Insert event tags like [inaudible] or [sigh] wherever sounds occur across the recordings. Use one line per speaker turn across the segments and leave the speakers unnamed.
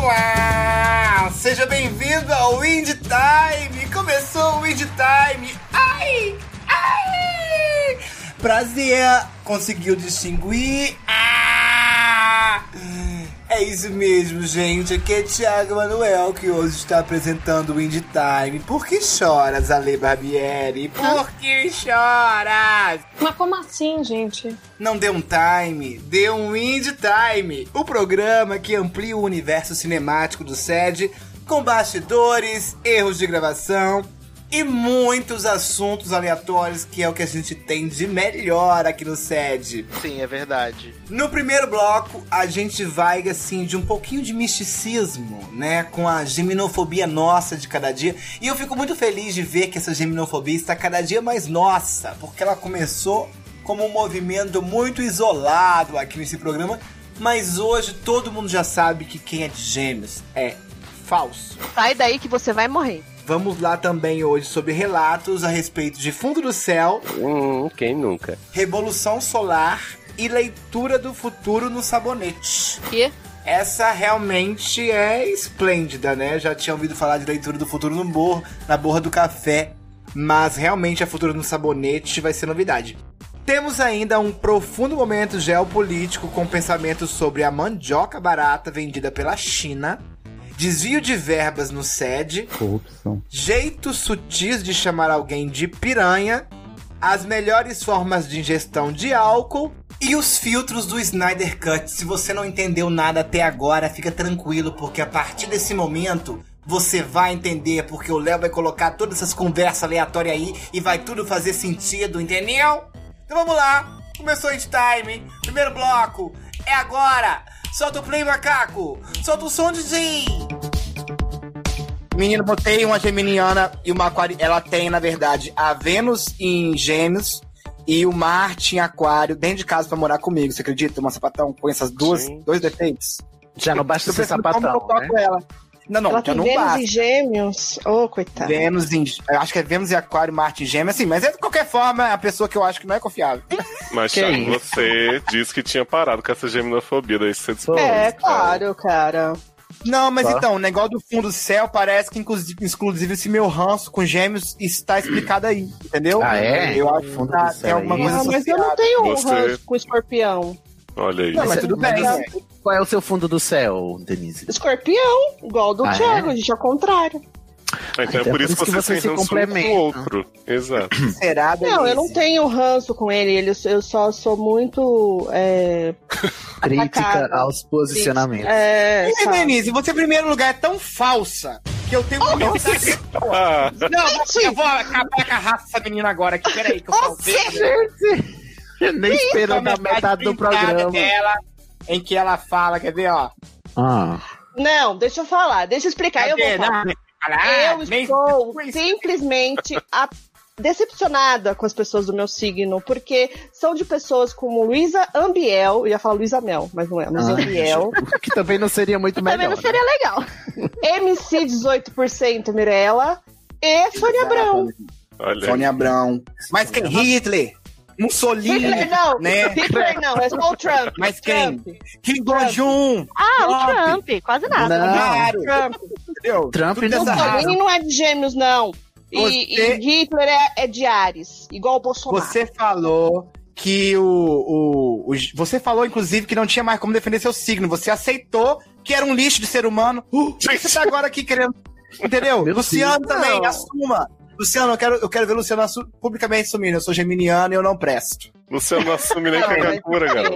Olá! Seja bem-vindo ao Wind Time! Começou o Wind Time! Ai! Ai! Prazer! Conseguiu distinguir? Ah! É isso mesmo, gente. Aqui é Thiago Manuel que hoje está apresentando o Wind Time. Por que choras, Ale Barbieri? Por que choras?
Mas como assim, gente?
Não deu um time, deu um Indie Time. O programa que amplia o universo cinemático do SED com bastidores, erros de gravação e muitos assuntos aleatórios que é o que a gente tem de melhor aqui no SED.
Sim, é verdade.
No primeiro bloco, a gente vai, assim, de um pouquinho de misticismo, né? Com a geminofobia nossa de cada dia. E eu fico muito feliz de ver que essa geminofobia está cada dia mais nossa, porque ela começou como um movimento muito isolado aqui nesse programa. Mas hoje todo mundo já sabe que quem é de gêmeos é falso.
Sai daí que você vai morrer.
Vamos lá também hoje sobre relatos a respeito de Fundo do Céu,
Hum, quem nunca?
Revolução Solar e Leitura do Futuro no Sabonete.
Quê?
Essa realmente é esplêndida, né? Já tinha ouvido falar de Leitura do Futuro no Borro, na Borra do Café, mas realmente a Futuro no Sabonete vai ser novidade. Temos ainda um profundo momento geopolítico com pensamentos sobre a mandioca barata vendida pela China, desvio de verbas no SED,
Corrupção.
jeitos sutis de chamar alguém de piranha, as melhores formas de ingestão de álcool e os filtros do Snyder Cut. Se você não entendeu nada até agora, fica tranquilo, porque a partir desse momento você vai entender, porque o Léo vai colocar todas essas conversas aleatórias aí e vai tudo fazer sentido, entendeu? Então vamos lá! Começou It Time, primeiro bloco, é agora! Solta o play, macaco! Solta o som, DJ! Menino, botei uma geminiana e uma aquário. Ela tem, na verdade, a Vênus em gêmeos e o Marte em aquário dentro de casa pra morar comigo. Você acredita? Uma sapatão com essas duas,
Gente.
dois defeitos.
Já não basta
Tô
ser
pensando como eu um
sapatão, né?
toco ela. Não, não,
Ela
já
tem
não
Vênus
basta.
e Gêmeos. Ô, coitada.
Vênus em... Eu acho que é Vênus e aquário, Marte em gêmeos, assim. Mas é, de qualquer forma, é a pessoa que eu acho que não é
[laughs]
confiável.
Mas
Que
Thiago,
isso?
você disse que tinha parado com essa geminofobia, daí você descobriu.
É, claro, cara.
Não, mas
Tá.
então, o negócio do fundo do céu parece que, inclusive, inclusive, esse meu ranço com gêmeos está explicado aí, entendeu?
Ah, é?
Eu acho que
Fundo
tá,
do céu
tem alguma
aí.
coisa
Ah, mas eu não
associada.
tenho um
Você-
ranço com escorpião.
Olha aí.
Não, mas tudo bem.
Mas- Qual é o seu fundo do céu, Denise?
Escorpião, igual do
Ah, é?
Thiago, gente, ao contrário.
então é por isso que você,
vocês se
tem ranço um com
complementam.
o outro. Exato.
Será,
Não, eu não
Denise?
tenho ranço com ele, ele eu só sou muito. É.
[laughs] Crítica
Atacada.
aos posicionamentos.
é
Ei,
sabe?
Denise, você em primeiro lugar é tão falsa que eu tenho
Oh,
medo da-
Ah,
Não, eu vou- eu vou acabar com a raça dessa menina agora aqui. Peraí, que eu
Ou
falei.
seja,
Nem esperou da metade do programa.
Dela, em que ela fala, quer ver, ó.
Ah,
não, deixa eu falar, deixa eu explicar, eu vou
Cadê?
falar.
Ah,
eu
nem-
estou
nem-
simplesmente a- decepcionada com as pessoas do meu signo, porque são de pessoas como Luísa Ambiel, eu ia falar Luísa Mel, mas não é, Luísa
Ah.
Ambiel,
que também não seria muito melhor.
né?
Também não seria legal.
[laughs] MC 18% Mirella e Sônia Abrão.
olha aí.
Sônia Abrão. Mas quem? Hitler.
Hitler
Mussolini.
não,
Né?
Hitler não. É só o Trump.
Mas
Trump.
Kim Jong-un.
Ah,
Trump.
o Trump, quase nada.
Não.
Bolsonaro.
né? Trump.
Entendeu?
Trump
Tudo dessa
não vai.
raça.
Mussolini não é de gêmeos, não. E,
Você-
e Hitler é, é de Ares, igual o Bolsonaro.
Você falou que o, o, o- Você falou, inclusive, que não tinha mais como defender seu signo. Você aceitou que era um lixo de ser humano. Uh, você tá agora aqui querendo. Entendeu?
Meu
Luciano também,
Não.
assuma. Luciano, eu quero, eu quero ver o Luciano assu- publicamente assumindo. Eu sou geminiano e eu não presto.
Luciano não assume nem
Não, mas-
caricatura, galera.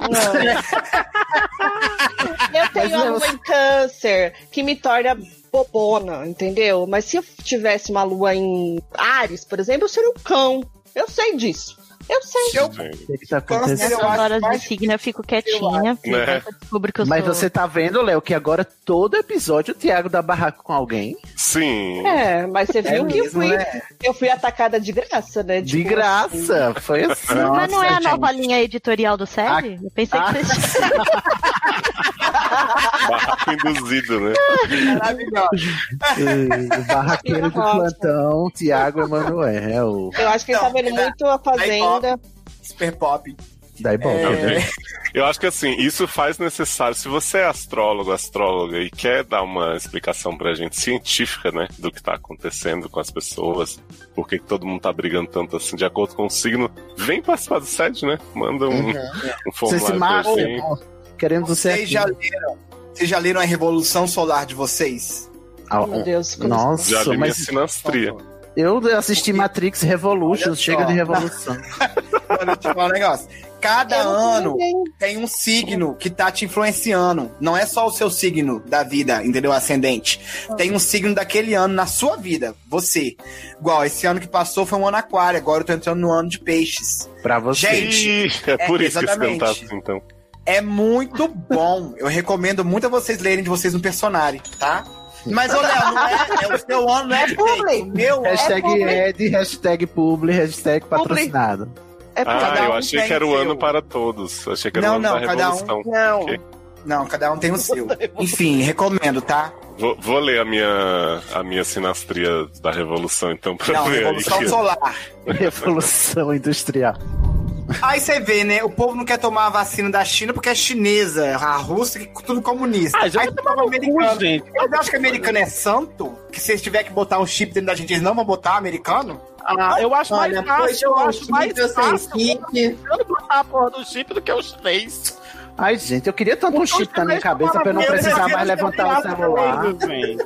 Não. Eu
[laughs]
Mas
tenho a
não,
lua
você-
em câncer, que me torna bobona, entendeu? Mas se eu tivesse uma lua em Ares, por exemplo, eu seria um cão. Eu sei disso. Eu sei.
Eu-
O que que tá
Então, assim,
Câncer,
acontecendo?
eu acho
Nessas horas do
mais-
signo eu fico quietinha, porque
né?
eu descubro que eu
Mas
sou...
você tá vendo, Léo, que agora todo episódio o Thiago dá barraco com alguém.
Sim.
[laughs]
É, mas você viu que eu fui,
né?
eu fui atacada de graça, né?
De
Tipo,
graça. Foi assim.
Mas não é a
Nossa,
nova linha editorial do SED? Eu pensei
Ah. [laughs]
que você...
Barraco induzido, né?
Maravilhoso.
gente. O barraqueiro do plantão, Thiago Emanuel.
Eu acho que ele
Não,
tá vendo
mas a-
muito a
a
Fazenda.
Super pop.
Dá ibope,
Não,
né?
gente, Eu acho que assim, isso faz necessário. Se você é astrólogo, astróloga e quer dar uma explicação pra gente científica, né? Do que tá acontecendo com as pessoas, por que que todo mundo tá brigando tanto assim, de acordo com o signo, vem participar do site, né? Manda um, um
Você se mata,
formulário.
queremos você aqui.
Uhum. Vocês já leram? Vocês já leram a Revolução Solar de vocês?
Ah,
Meu Deus, como
Assim. Já
Nossa,
li minha
mas
sinastria.
eu assisti Matrix Revolution,
Olha só.
chega de revolução.
Olha, deixa eu falar um negócio. Cada
Eu não
ano
sei ninguém.
tem um signo que tá te influenciando. Não é só o seu signo da vida, entendeu? Ascendente.
Ah.
Tem um signo daquele ano na sua vida, você. Igual, esse ano que passou foi um ano aquário, agora eu tô entrando no ano de peixes.
Pra você.
Gente,
Ih, é por
é,
isso que esse
exatamente.
cantato, então.
É muito bom. Eu recomendo muito a vocês lerem de vocês no personagem, tá? Mas, ô Léo, não é, é o seu ano, não é fake. O meu ano.
hashtag Ed, hashtag publi, hashtag patrocinado. [laughs]
É
Ah,
cada
Ah, eu
um
achei
tem
que era o
seu.
ano para todos. Achei que era
Não,
o ano
não,
da
cada um-
revolução.
Não.
Ok.
Não, cada um tem
[laughs]
o seu. Enfim, recomendo, tá?
Vou, vou ler a minha, a minha sinastria da revolução, então, pra
Não,
ver
Revolução
aí. que-
Solar.
Revolução industrial.
Aí você vê, né? O povo não quer tomar a vacina da China porque é chinesa, a Rússia, que é tudo comunista.
Ah, já
Aí
vai tomar no
toma
cu,
americano.
gente.
Mas eu acho que americano é santo? Que se eles tiver que botar um chip dentro da gente, eles não vão botar americano? né?
Ah, eu acho mais fácil, eu acho mais fácil eu botar a porra do chip do que é o chinês.
Ai, gente, eu queria tanto um
Então,
chip na minha cabeça pra eu não
Eu
precisar
prefiro
mais
ser
levantar o
pirata
celular.
mesmo,
[laughs]
velho.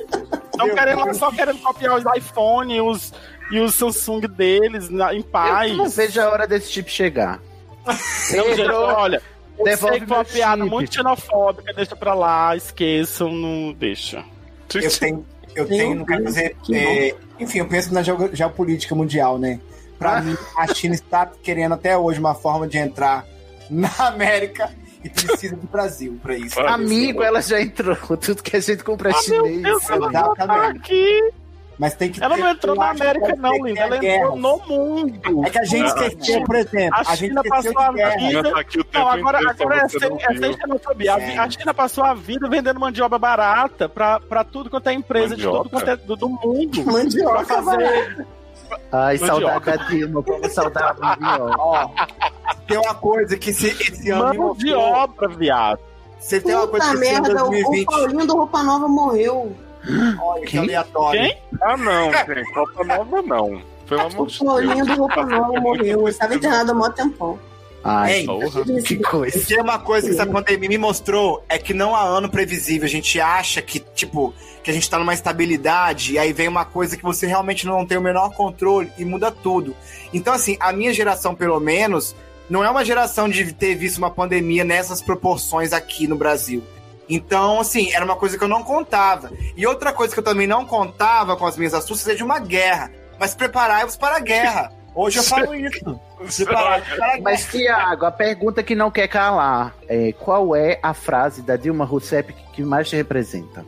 Estão querendo lá só querendo copiar os iPhone e os, e os Samsung deles na- em paz.
Eu não vejo a hora desse chip chegar.
Não, gente, olha, eu
Devolve
sei que foi uma
meu
piada
chip.
muito xenofóbica, deixa pra lá, esqueçam, não deixa.
Eu tenho, eu tenho, não quero fazer. é, enfim, eu penso na geo- geopolítica mundial, né?
Ah.
Pra mim, a China está querendo até hoje uma forma de entrar na América e precisa do Brasil pra isso.
Olha,
Amigo, ela já entrou. Tudo que a gente compra é
Ah, Meu
chinês.
Deus, ela não tá
Exatamente.
aqui.
Mas tem que
Ela
ter-
não entrou
eu
na
acho que
América,
pode ter
não,
que
linda.
ter
Ela entrou
guerras.
no mundo.
É que a gente
Ah,
esqueceu, por exemplo.
A
A gente
China
esqueceu
passou a
de guerra.
vida.
China tá aqui o tempo
Não, agora,
inteiro, só
agora é
você
sem,
não
é
viu.
sem xenofobia. A vi- A China passou a vida vendendo mandioca barata pra, pra tudo quanto é empresa, de
Mandioca?
tudo quanto é do, do mundo.
Mandioca,
Pra fazer.
Ai, saudade
Mandioca.
da Dilma. Como saudade da Dilma.
Ó, tem uma coisa que esse, esse ano. me
Mano
mostrou.
de obra, viado.
Você tem uma coisa
Puta
que esse ano
merda, o,
2020.
o Paulinho do Roupa Nova morreu.
Olha, que
Quem?
aleatório.
Quem?
Ah, não, gente. Copa Nova, não. Pelo amor de
O
Deus.
Paulinho do Roupa Nova morreu. Eu tava internado há mó tempão.
Ai,
Ei,
porra.
Disse,
assim,
Que coisa.
Se tem uma coisa que essa pandemia me mostrou é que não há ano previsível. A gente acha que, tipo, que a gente tá numa estabilidade e aí vem uma coisa que você realmente não tem o menor controle e muda tudo. Então, assim, a minha geração, pelo menos, não é uma geração de ter visto uma pandemia nessas proporções aqui no Brasil. Então, assim, era uma coisa que eu não contava. E outra coisa que eu também não contava com as minhas astúcias é de uma guerra. Mas preparai-vos para a guerra. Hoje eu falo isso. Preparai-vos para a guerra.
[laughs] Mas, Tiago, a pergunta que não quer calar é qual é a frase da Dilma Rousseff que mais te representa?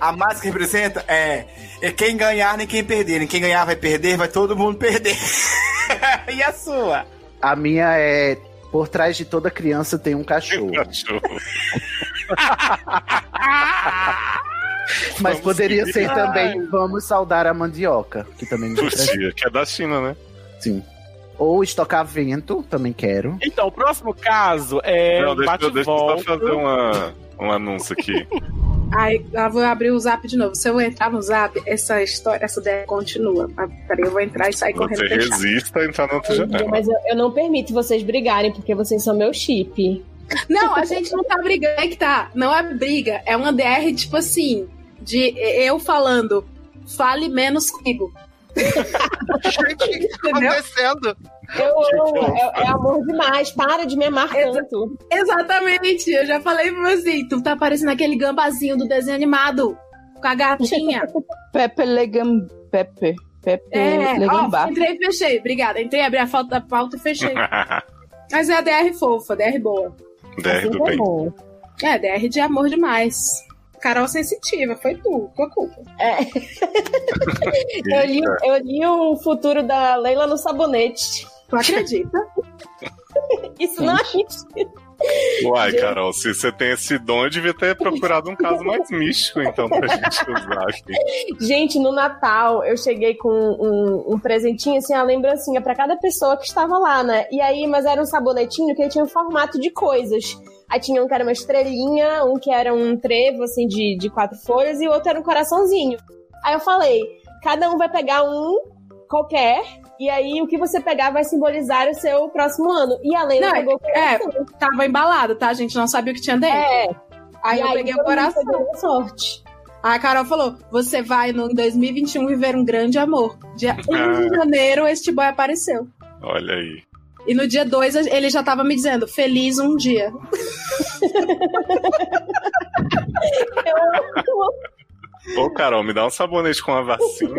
A massa que representa é, é quem ganhar nem quem perder. Nem quem ganhar vai perder, vai todo mundo perder. [laughs] e a sua?
A minha é por trás de toda criança tem um cachorro.
[laughs]
[laughs]
Cachorro.
Mas
Vamos
poderia
seguir.
ser também vamos saudar a mandioca, que também me representa.
Puxa, que é da China, né?
Sim. Ou estocar vento, também quero.
Então, o próximo caso é.
não, deixa, eu-
bate
deixa eu só
volta.
fazer uma, um anúncio aqui.
Aí eu vou abrir o zap de novo. Se eu entrar no zap, essa história, essa ideia continua. Mas, Peraí, eu vou entrar e sair correndo.
Você
e fechar.
resista a entrar na outra janela.
Mas eu, eu não permito vocês brigarem, porque vocês são meu chip.
Não, a gente não tá brigando. É que tá. Não é briga. É uma DR, tipo assim, de eu falando, fale menos comigo. Entendeu?
acontecendo?
Eu amo, é, é amor demais. Para de me amar tanto.
Exatamente. Eu já falei pra você assim, tu tá parecendo aquele gambazinho do desenho animado. Com a [laughs] gatinha.
Pepe Legam... Pepe. Pepe
É, ó,
Legambá.
[laughs]
entrei e fechei. Obrigada. Entrei, abri a foto da pauta e fechei. Mas é a DR fofa, DR boa.
um
DR
Assim
do bem.
Amor.
É, DR de amor demais. Carol sensitiva, foi tu, tua culpa.
[laughs]
Eu li, eu li [laughs] o futuro da Leila no sabonete. [laughs]
Tu acredita?
Isso não é mentira.
Uai, Carol, se você tem esse dom, eu devia ter procurado um caso mais místico, então, pra gente usar aqui.
Gente, no Natal eu cheguei com um, um presentinho, assim, uma lembrancinha pra cada pessoa que estava lá, né? E aí, mas era um sabonetinho que ele tinha um formato de coisas. Aí tinha um que era uma estrelinha, um que era um trevo, assim, de, de quatro folhas, e o outro era um coraçãozinho. Aí eu falei, cada um vai pegar um qualquer, e aí o que você pegar vai simbolizar o seu próximo ano. E a Lena
Não,
pegou o
é,
coração.
Tava embalado, tá, gente? Não sabia o que tinha dentro.
É.
Aí
E
eu peguei o
todo mundo
coração.
pegou a sorte.
Aí a Carol falou: você vai no em 2021 viver um grande amor. Dia
Ah.
1 de janeiro, este boy apareceu.
Olha aí.
E no dia 2 ele já tava me dizendo, feliz um dia.
Ô, Carol, me dá um sabonete com uma vacina.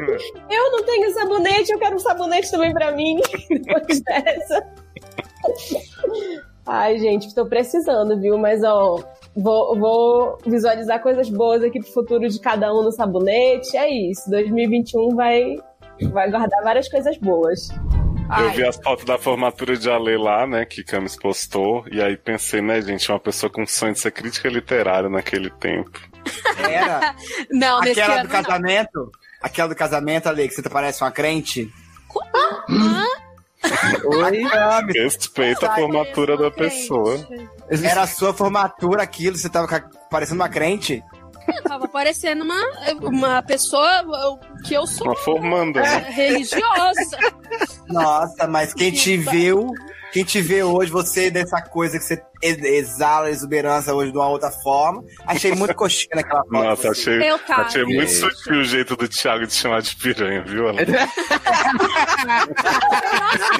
Eu não tenho sabonete, eu quero um sabonete também pra mim. [laughs] Depois dessa. Ai, gente, tô precisando, viu? Mas, ó, vou, vou visualizar coisas boas aqui pro futuro de cada um no sabonete. É isso. 2021 vai, vai guardar várias coisas boas.
Eu vi as fotos da formatura de Ale lá, né, que Camis postou, e aí pensei, né, gente, uma pessoa com sonho de ser crítica literária naquele tempo.
[laughs]
Era.
Não, nesse
Aquela do
ano não.
casamento? Aquela do casamento, Ale, que você parece uma crente?
Ah!
[laughs]
Oi?
Respeita a formatura da pessoa.
Era a sua formatura aquilo, você tava ca- parecendo uma crente?
Eu tava parecendo uma, uma pessoa eu- que eu sou é,
Uma formanda, né?
É,
[laughs]
religiosa.
Nossa, mas quem te
Tipo, é.
viu, quem te vê hoje, você é dessa coisa que você ex- exala exuberância hoje de uma outra forma. Achei muito coxinha naquela foto.
Nossa,
assim.
achei,
Eu tava.
achei muito
gente.
sutil o jeito do Thiago de chamar de piranha, viu, Ale?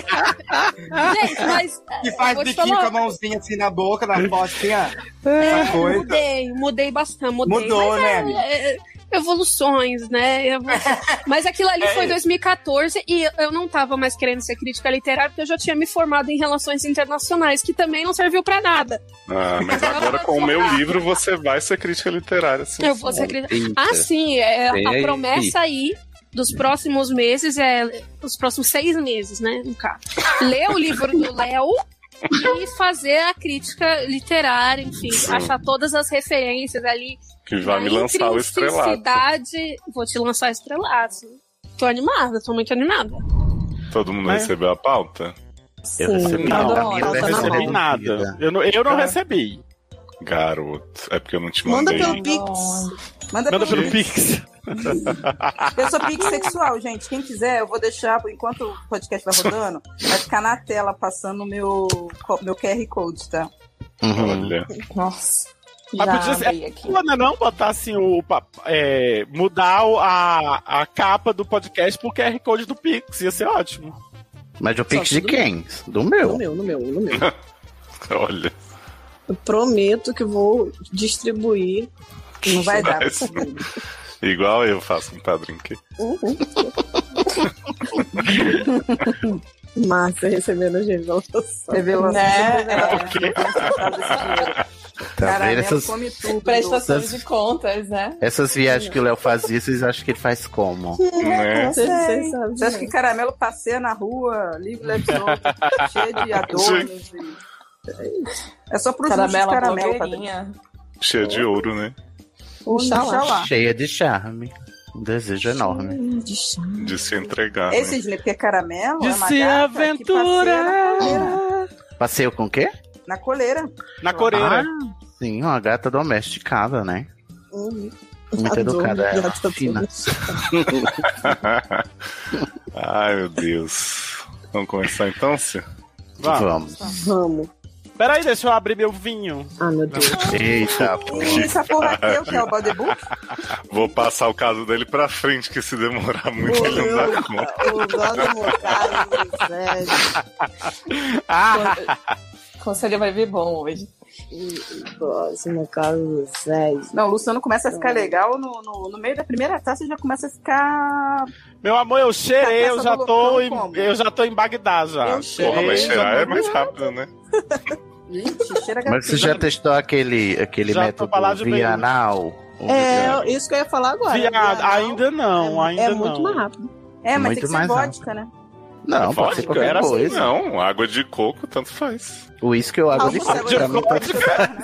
Gente, mas
E faz
Vou te
biquinho
falar É.
com a mãozinha assim na boca, na fotinha. Essa coisa.
mudei, mudei bastante. Mudei,
Mudou,
mas
né,
é-
amiga?
é- evoluções, né?
[laughs]
Evoluções. Mas aquilo
É
ali foi 2014 e eu não tava mais querendo ser crítica literária porque eu já tinha me formado em relações internacionais, que também não serviu pra nada.
Ah, mas agora com o meu livro você vai ser crítica literária, sim.
Eu vou ser crítica
Eita.
Ah, sim, é,
Vem
a
aí.
promessa aí dos próximos meses é os próximos seis meses, né, no caso. Ler o livro do Léo e fazer a crítica literária, enfim,
Sim.
achar todas as referências ali.
Que vai
da
me lançar o estrelado.
intrinsicidade. Vou te lançar estrelado. Tô animada, tô muito animada.
Todo mundo
Mas- tá
recebeu a pauta?
Eu recebi
Não,
a minha
eu não
deve ser
recebi
devolvida.
nada. Eu não, eu não recebi.
Garoto, é porque eu não te
Manda
mandei.
Não.
pelo Pix. Manda,
Manda
pelo
pelo
Pix.
Pix.
Eu sou Pix sexual, gente. Quem quiser, eu vou deixar, enquanto o podcast vai rodando, vai ficar na tela passando o meu, co- meu QR Code, tá?
Uhum.
Olha,
Nossa.
Mas
Já
podia ser-
abri aqui.
Não, não, não, botar assim o. pa- é, mudar o- a, a capa do podcast pro QR Code do Pix. Ia ser ótimo.
Mas o Pix
Só
de
tudo-
quem? Do meu.
No meu, no meu, no meu.
[laughs] olha.
Eu prometo que vou distribuir. Não vai dar.
Mas- [laughs] Igual eu faço um padrinho aqui.
Massa recebendo as revelações.
Revelação.
Tá
Caramelo
vendo? Essas,
come tudo.
Prestação
Essas-
de contas, né?
essas viagens que o Léo fazia, vocês acham que ele faz como?
Né?
Você,
Vocês
você
sabem.
acha que caramelo passeia na rua, livre, leve,
[laughs]
solto, cheio de adornos? e- É só pros últimos
Caramela,
caramelo, padrinho.
blogueirinha.
Cheia de ouro, né? [laughs]
Oxalá.
Cheia de charme. Um desejo enorme.
De se entregar.
Esse
né?
Disney, porque caramelo é
De
uma
se
gata que passeia na coleira.
Passeio com o quê?
Na coleira. Ah.
Na coreira.
Sim, uma gata domesticada, né? Muito educada é. ela. Fina.
Ai, meu Deus. Vamos começar então, Cia?
Vamos.
Vamos.
Vamos.
Peraí, deixa eu abrir meu vinho.
Ah, meu Deus.
Eita,
E essa porra
[laughs]
aqui é o que é o Baldebu?
Vou passar o caso dele pra frente, que se demorar muito ele não dá conta.
O Baldebu, cara,
Ah,
[laughs] Conselho vai vir bom hoje.
Próximo caso, Zé.
Não, o Luciano começa a ficar legal no, no, no meio da primeira taça já começa a ficar.
meu amor, eu cheirei, eu
Cachaça
já
do
tô
loucão
em,
como?
eu já tô em Bagdá já.
Eu cheirei,
Porra, mas
já
cheirar é
tô-
mais rápido, né?
Gente, cheira
[laughs] Mas você já testou aquele, aquele
Já tô
método
falado de bem.
vianal?
É, isso que eu ia falar agora. é
Viado, ainda não, ainda não.
rápido.
É, mas
Muito
tem que ser
mais
vodka, né?
Não, pode ser qualquer
era assim,
coisa.
não, água de coco, tanto faz.
Uísque ou água de coco. pra mim, tá-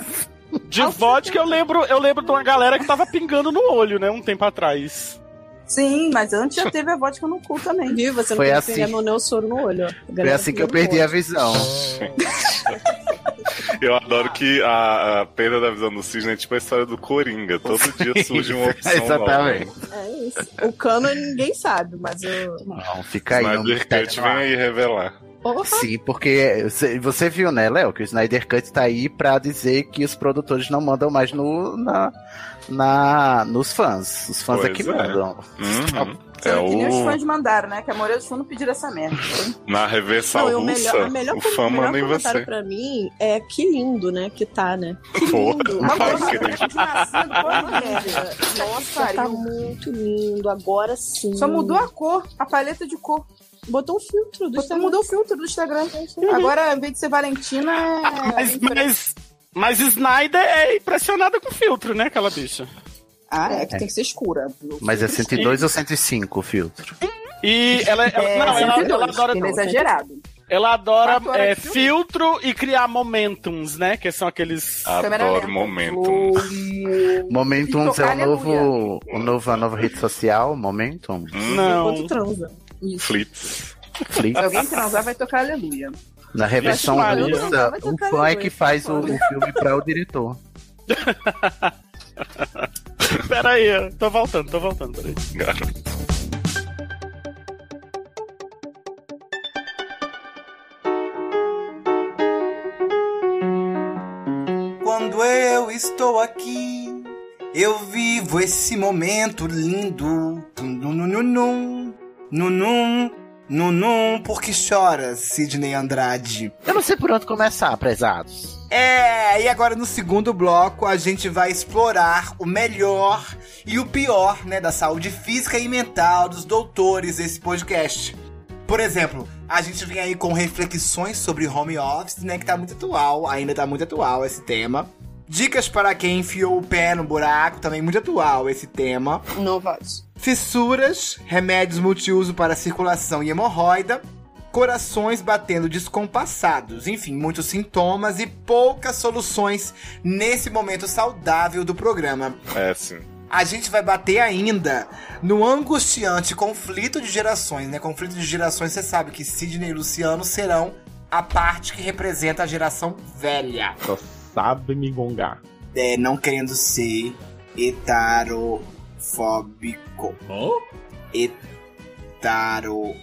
De vodka eu lembro, eu lembro de uma galera que tava pingando no olho, né? Um tempo atrás.
Sim, mas antes já teve a vodka no cu também. Viu? Você
não Foi teve assim.
pegando
veneno,
nem o soro no olho.
Foi assim que eu perdi a visão.
Eu adoro que a, a perda da visão do cisne é tipo a história do
[laughs]
Coringa. Todo dia surge uma opção
Exatamente.
nova.
É isso. O cano ninguém sabe, mas eu.
Não, fica aí. não me
Snyder Cut vem
pega,
aí revelar.
não. Sim, porque você- você viu, né, Léo, que o Snyder Cut tá aí pra dizer que os produtores não mandam mais no, na, na, nos fãs. Os fãs
Pois
aqui
é.
mandam.
Uhum. É
Que nem os fãs
o...
mandaram, né? Que a maioria dos fãs não pediram essa merda.
Na reversa
Não, e o
russa,
melhor, a melhor,
o
com-
fã
o melhor
manda em
comentário
você.
pra mim é que lindo, né? Que tá, né? Que
Pô,
lindo.
não
Agora,
faz
tá
agora,
isso.
[laughs]
Nossa, tá muito lindo. Agora sim.
Só mudou a cor, a paleta de cor.
Botou o filtro do Uhum.
Instagram. Mudou o filtro do Instagram. Agora, em vez de ser Valentina, é.
Mas, mas, mas Snyder é impressionada com filtro, né, aquela bicha?
Ah,
é, que É. tem que
ser escura.
Mas é 102 ou 105 o filtro?
E ela, ela-
É,
não, ela,
102,
ela adora né?
que é exagerado.
Ela adora
Quatro horas
é,
de
filtro e criar momentums, né? Que são aqueles.
Adoro momentum.
Momentum
Então,
é o
aleluia.
novo, o novo, a nova rede social, um? Momentum?
Hum.
Enquanto transa. Isso.
Flips.
Se alguém
Flip.
transar, vai tocar aleluia.
Na reversão
Vai tocar
russa,
Aleluia.
o fã é que faz o, o filme pra o diretor.
[laughs] Pera aí, eu tô voltando, tô voltando. Peraí.
Quando eu estou aqui, eu vivo esse momento lindo. Nunum, nunum, nunum, porque choras, Sidney Andrade.
Eu não sei por onde começar, prezados.
É, e agora no segundo bloco a gente vai explorar o melhor e o pior, né, da saúde física e mental dos doutores desse podcast. Por exemplo, a gente vem aí com reflexões sobre home office, né, que tá muito atual, ainda tá muito atual esse tema. Dicas para quem enfiou o pé no buraco, também muito atual esse tema.
Novas.
Fissuras, remédios multiuso para circulação e hemorroida, corações batendo descompassados, enfim, muitos sintomas e poucas soluções nesse momento saudável do programa.
É, sim.
A gente vai bater ainda no angustiante conflito de gerações, né? Conflito de gerações, você sabe que Sidney e Luciano serão a parte que representa a geração velha.
Só sabe me gongar.
É, não querendo ser heterofóbico. Etaro.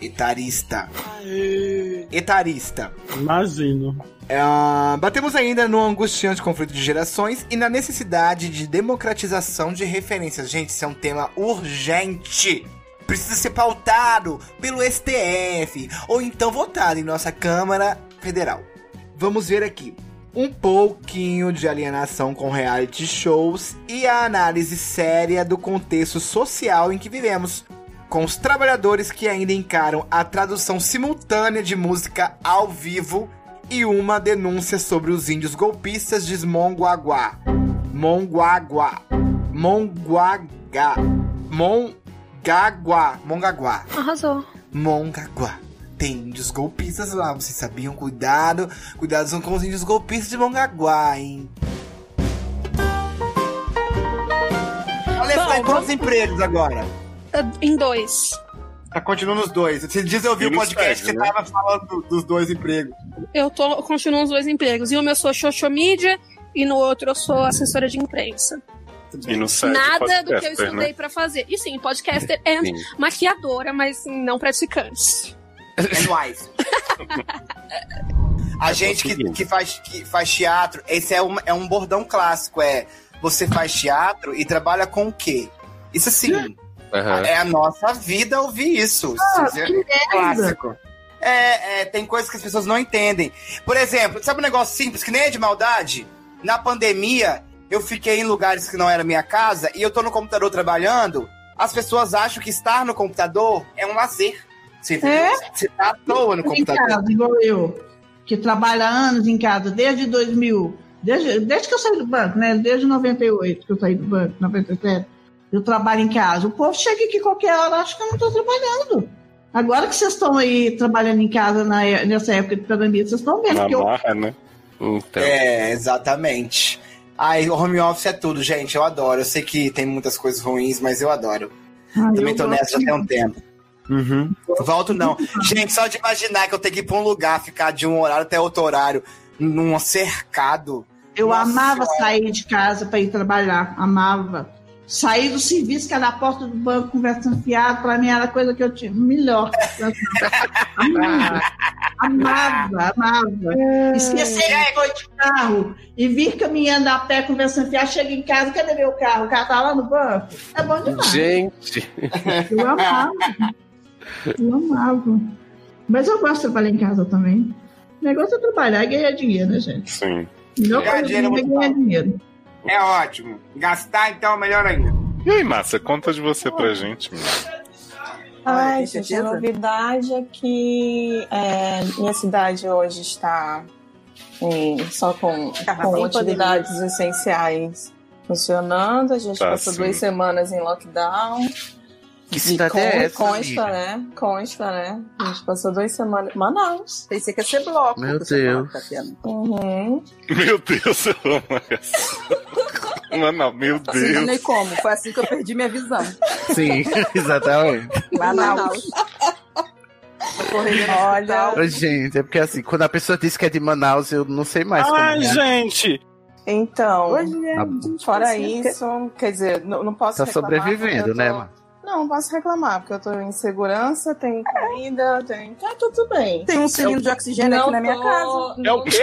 Etarista. Etarista.
Imagino.
Ah, batemos ainda no angustiante conflito de gerações e na necessidade de democratização de referências. Gente, isso é um tema urgente. Precisa ser pautado pelo STF ou então votado em nossa Câmara Federal. Vamos ver aqui. Um pouquinho de alienação com reality shows e a análise séria do contexto social em que vivemos, com os trabalhadores que ainda encaram a tradução simultânea de música ao vivo e uma denúncia sobre os índios golpistas de Monguaguá. Monguaguá. Monguagá. Mongaguá. Mongaguá.
Arrasou.
Mongaguá. Tem índios golpistas lá, vocês sabiam? Cuidado, cuidado com os índios golpistas de Mongaguá, hein? Olha,
Bom,
está em quantos
vamos-
empregos agora?
Ah, Em dois.
Tá continuando os dois. Esses dias eu vi
E
o
nos
podcast
pede,
que
né?
tava falando do- dos dois empregos.
Eu tô, continuo os dois empregos. Em um eu sou social media e no outro eu sou assessora de imprensa.
E não sai de
Nada do que eu
podcaster,
estudei
né?
pra fazer. E sim, podcaster and
Sim.
maquiadora, mas não praticante.
Anuais. A gente que, que, faz, que faz teatro, esse é um, é um bordão clássico, é você faz teatro e trabalha com o quê? Isso assim, é a nossa vida ouvir isso.
Ah,
Isso é
que merda.
clássico. É, é, tem coisas que as pessoas não entendem. Por exemplo, sabe um negócio simples que nem é de maldade? Na pandemia, eu fiquei em lugares que não era minha casa e eu tô no computador trabalhando. As pessoas acham que estar no computador é um lazer.
É?
Você, entendeu? você tá à toa no
em
computador.
casa, igual eu, que trabalha anos em casa, desde 2000, desde, desde que eu saí do banco, né? Desde 98 que eu saí do banco, 97, eu trabalho em casa. O povo chega aqui qualquer hora, acha que eu não estou trabalhando. Agora que vocês estão aí trabalhando em casa na é- nessa época de pandemia, vocês estão vendo
Na
que É eu
marra, né? Então.
É, exatamente. Ai, o home office é tudo, gente. Eu adoro. Eu sei que tem muitas coisas ruins, mas eu adoro.
Ai,
Também
eu
tô
gosto
nessa já tem um
muito.
tempo. Volto [laughs] não. Gente, só de imaginar que eu tenho que ir pra um lugar, ficar de um horário até outro horário, num cercado.
Eu amava sair de casa para ir trabalhar, amava. Sair do serviço, que era a porta do banco, conversando fiado, para mim era a coisa que eu
[laughs]
tinha melhor. amava, amava, amava. Esquecer que foi de carro e vir caminhando a pé, conversando fiado, chega em casa, cadê meu carro? O carro tá lá no banco. É bom demais.
Gente.
Eu amava. Eu amava. Mas eu gosto de trabalhar em casa também. O negócio é trabalhar e ganhar dinheiro, né, gente?
Sim.
Melhor
Ganhar
coisa do
dinheiro é
mundo é
muito
ganhar dinheiro.
É ótimo. Gastar, então, melhor ainda.
E aí, Márcia, conta de você pra gente. menina.
é Ai, gente, a novidade é que é, minha cidade hoje está em- só com, com
pandemia.
atividades essenciais funcionando. A gente
Tá,
passou
sim.
duas semanas em lockdown.
Que cidade
Con-
é essa?
consta,
amiga?
né? Consta, né? A gente passou duas semanas. Manaus. Pensei que ia ser bloco.
Meu Deus. [laughs]
Uhum.
[laughs] Meu Deus, eu amo
[laughs]
essa. Mano, meu
né?
Deus.
como. Foi assim que eu perdi minha visão.
Sim, exatamente.
Manaus.
Olha.
Ô, Gente, é porque assim, quando a pessoa diz que é de Manaus, eu não sei mais como
Ai,
é.
gente!
Então,
Tá bom.
fora
Assim,
isso, quer dizer, não, não posso
Tá
reclamar porque
sobrevivendo,
eu
né,
tô-
mano?
Não, não posso reclamar, porque eu tô em segurança, tem comida, tem. Tá tudo bem.
Tem um cilindro de oxigênio aqui na minha casa.
É o quê?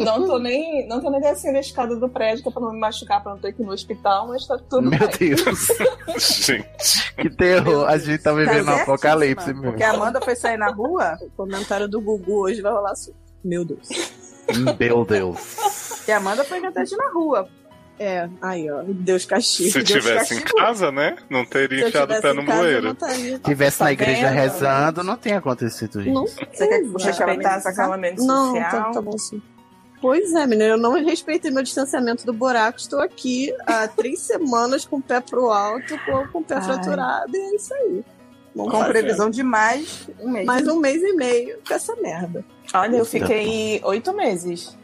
Não tô nem, não tô nem descendo a escada do prédio, que é pra não me machucar, pra não ter que ir no hospital, mas tá tudo
Meu
bem.
Deus. gente. Que terror. A gente tá vivendo um apocalipse, meu.
Porque a Amanda foi sair na rua. O comentário do Gugu hoje vai rolar assim. Meu Deus.
Meu Deus.
E a Amanda foi cantar de na rua. É, aí ó, Deus castigo.
Se tivesse em casa, né? Não teria enfiado o pé no moleiro.
Se tivesse na igreja
Tá vendo?
rezando, não tinha acontecido isso.
Você quer respeitar esse acalamento
Não,
social?
tá- tá
bom sim.
Pois
é, menina, eu não
respeitei meu distanciamento do buraco. Estou aqui
[laughs]
há três semanas com o pé pro alto, com, com o pé
Ai.
fraturado, e é isso aí.
Vamos
com
fazer.
previsão de mais um mês. Mais um mês e meio com essa merda.
Olha, eu fiquei oito meses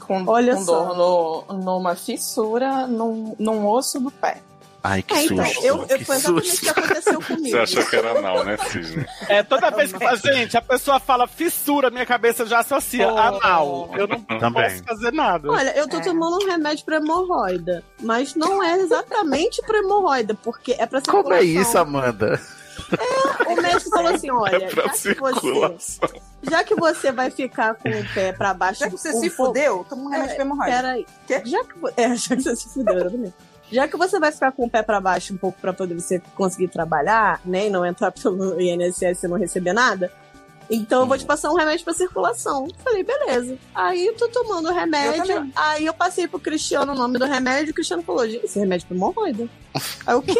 com,
Olha
com
só.
dor no, numa fissura num, num osso do pé.
Ai, que
É, então,
susto.
eu- eu-
que
foi exatamente
susto.
o que aconteceu
Você achou que era anal, né, Cisne?
É, toda vez que fala, gente, a pessoa fala fissura, minha cabeça já associa
Oh.
anal. Eu não
Também.
posso fazer nada.
Olha,
Eu tô tomando um remédio pra hemorroida, mas não é exatamente pra hemorroida, porque é pra
Como é isso, Amanda?
O médico falou assim: olha,
É
já
pra
que você
circulação.
Já que você vai ficar com o pé pra baixo. Já que você se fudeu, toma um remédio pra hemorroida. Peraí. Já que, vo- é, [laughs] já que você se fudeu, exatamente. Já que você vai ficar com o pé pra baixo um pouco pra poder você conseguir trabalhar, né? E não entrar pelo [laughs] INSS e não receber nada. Então eu vou te passar um remédio pra circulação. Falei, beleza. Aí eu tô tomando o
Eu
remédio.
também.
aí eu passei pro Cristiano o nome do remédio. O Cristiano falou, gente, esse remédio é pra hemorroida. Aí o quê?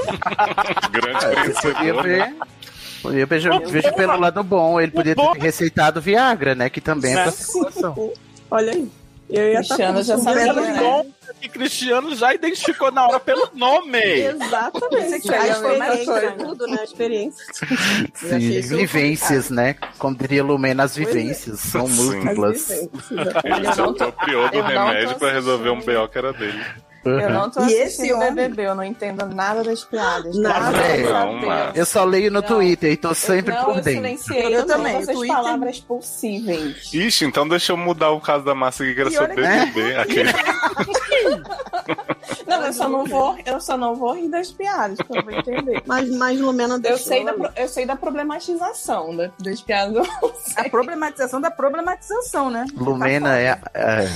Grande
Ah, Podia ver.
vencedor.
Podia vejo, vejo pelo lado bom. Ele podia ter receitado Viagra, né? Que também é pra
Olha aí. Eu ia
Cristiano já
sabia,
Pelo
né?
nome que Cristiano já identificou na hora pelo nome.
Exatamente. A experiência, tudo, né? A experiência.
Sim, vivências, né? Como diria Lumena, as
é.
vivências são múltiplas.
Ele se
Eu não tô-
apropriou do
eu não tô
remédio pra resolver um B.O. que era dele.
Eu não tô
E esse
assistindo
homem?
BBB, eu não entendo nada das piadas.
Nada.
graças a
Não,
Deus.
mas-
é, Eu só leio no Twitter e tô sempre
não,
por
eu
dentro.
silenciei
Eu também,
todas as
Twitter-
palavras possíveis.
Ixi, então deixa eu mudar o caso da Márcia que era
E
seu
olha que-
BBB. Aquele...
[laughs] Não, eu só não vou, eu só não vou rir das piadas, que eu vou entender.
Mas, mas Lumena
Eu
deixou né?
sei, da,
ela
pro- eu sei da problematização né, da- das piadas.
A problematização da problematização, né?
Tá
Lumena é, é,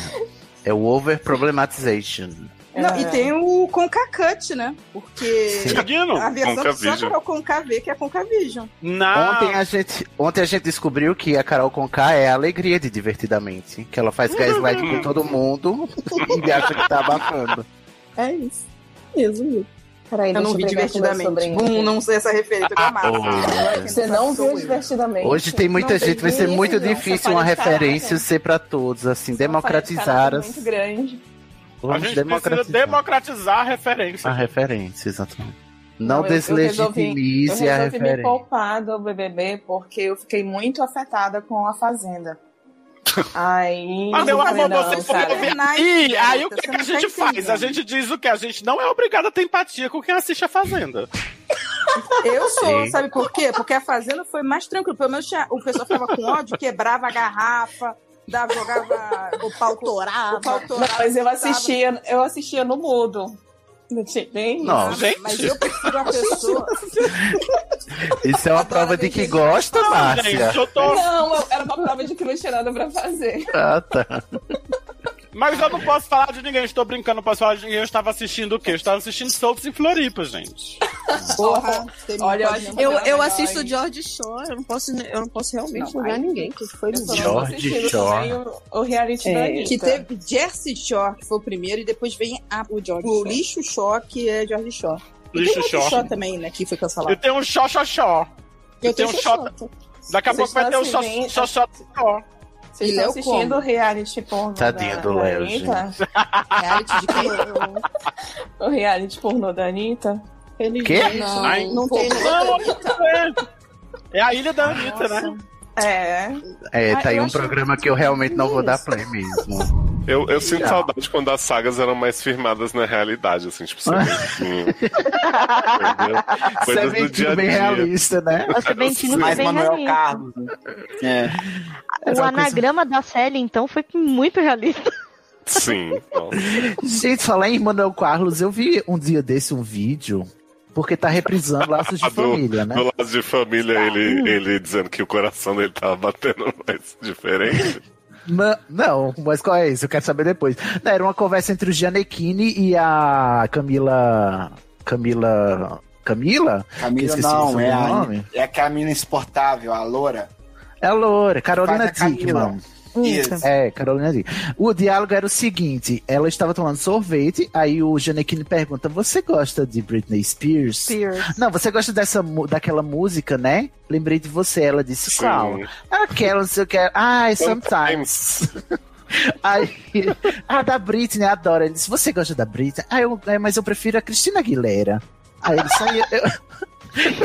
é o over problematization.
Não, e tem o Concacut, né? Porque
Seguindo?
a versão que só
Concavision.
que é o Concavê, que é Concavision.
Ontem, a gente, ontem a gente descobriu que a Carol Conká é a alegria de Divertidamente. Que ela faz
[laughs]
gaslight com todo mundo e acha que tá abafando.
É isso. Resumido.
Peraí,
eu não é vi
deixa eu pegar aqui meu
divertidamente.
sobrinho.
Bum, Tipo, não sei essa referência da massa.
ah.
Oh.
Você não viu divertidamente.
Hoje tem muita
Não
gente, vai ser
isso,
muito
não. Essa
difícil uma
palhaçada-
referência ser pra todos, assim,
essa palhaçada
democratizar
é
as,
Muito grande.
A
vamos
gente precisa
democratizar
democratizar a referência.
a referência, exatamente. Não,
eu- eu
deslegitimize
resolvi-
a
Eu resolvi me
referência.
poupar do BBB porque eu fiquei muito afetada com a Fazenda. Aí.
Mas meu
eu falei,
amor,
não,
você foi
cara.
E aí o que, é
Você
que a
não tá
gente faz? A
entendendo.
gente diz o que? A gente não é obrigado a ter empatia com quem assiste a Fazenda.
Eu sou,
Sim.
sabe por quê? Porque a fazenda foi mais tranquila. Pelo menos tinha- o pessoal ficava com ódio, quebrava a garrafa, dava, jogava o pau torado. O pau
Não,
torado
mas eu
dava.
assistia, eu assistia no mudo. Não tinha nem
Não,
isso.
gente.
Mas eu prefiro a [laughs] pessoa.
Isso é uma prova de que gosta,
Tá
Márcia.
Não, eu- era uma prova de que não tinha nada pra fazer.
Ah, tá.
Mas eu não posso falar de ninguém, estou brincando, não posso falar de ninguém. Eu estava assistindo o quê? Eu estava assistindo Soltos em Floripa, gente.
Porra,
Olha,
eu, eu
assisto
assisto George Shore, eu não posso, eu não posso realmente
Não,
julgar
aí-
ninguém. Que foi
Eu só
do-
não assisti
George
também
Shore.
o, o reality da
É,
Anitta.
que teve Jersey Shore, que foi o primeiro, e depois vem a- o, Lixo Shore, que é George Shore. E
Lixo
tem outro
Shore.
também, né, que foi
Eu
cancelado.
tenho um xó xó xó.
Eu
Eu tenho um
tenho
xó. Daqui a
Vocês
pouco vai ter
estão
um xó
assistindo-
xó xó xó.
Vocês
E
estão
Léo
assistindo
como?
o reality pornô
Tadinho
da,
do
da
Léo,
Anitta?
gente.
Reality de quem?
O reality pornô da Anitta? Ele
Quê?
Não,
Ai,
não tem
não, É a ilha da Anitta, né?
É.
É, tá
Ah,
aí
eu
um
achei
programa que eu realmente não vou dar play mesmo.
Eu, eu sinto
Não.
saudade quando as sagas eram mais firmadas na realidade, assim, tipo,
Ah.
Sementinho. entendeu? Coisas do dia a
Sementino é bem
dia.
realista, né?
O Sementino foi Mais é bem Manuel né? É. realista.
Carlos. Era é
O
uma coisa-
anagrama da série, então, foi muito realista.
Sim.
Gente, falar em Manuel Carlos, eu vi um dia desse um vídeo, porque tá reprisando Laços
[laughs]
de
Ah, do,
Família, né?
do lado de
Tá.
família, ele, ele dizendo que o coração dele tava batendo [laughs] mais diferente.
Na- Não, mas qual é isso? Eu quero saber depois. Não, era uma conversa entre o Gianecchini e a Camila. Camila. Camila? Que
Camila
esqueci o
não, é a,
sobrenome.
é a Camila Insportável, a loura.
É a loura, Carolina
Faz a Camila.
Dickman. É, Carolina Dickman. O diálogo era o seguinte: ela estava tomando sorvete, aí o Gianecchini pergunta: Você gosta de Britney Spears?
Spears.
Não, você gosta dessa, mu- daquela música, né? Lembrei de você. Ela disse: Qual? Aquela, não sei o que. Ah, sometimes. [laughs] Aí, a da Britney adora. Ele disse: Você gosta da Britney? Ah, eu, é, mas eu prefiro a Cristina Aguilera. Aí ele só ia- eu,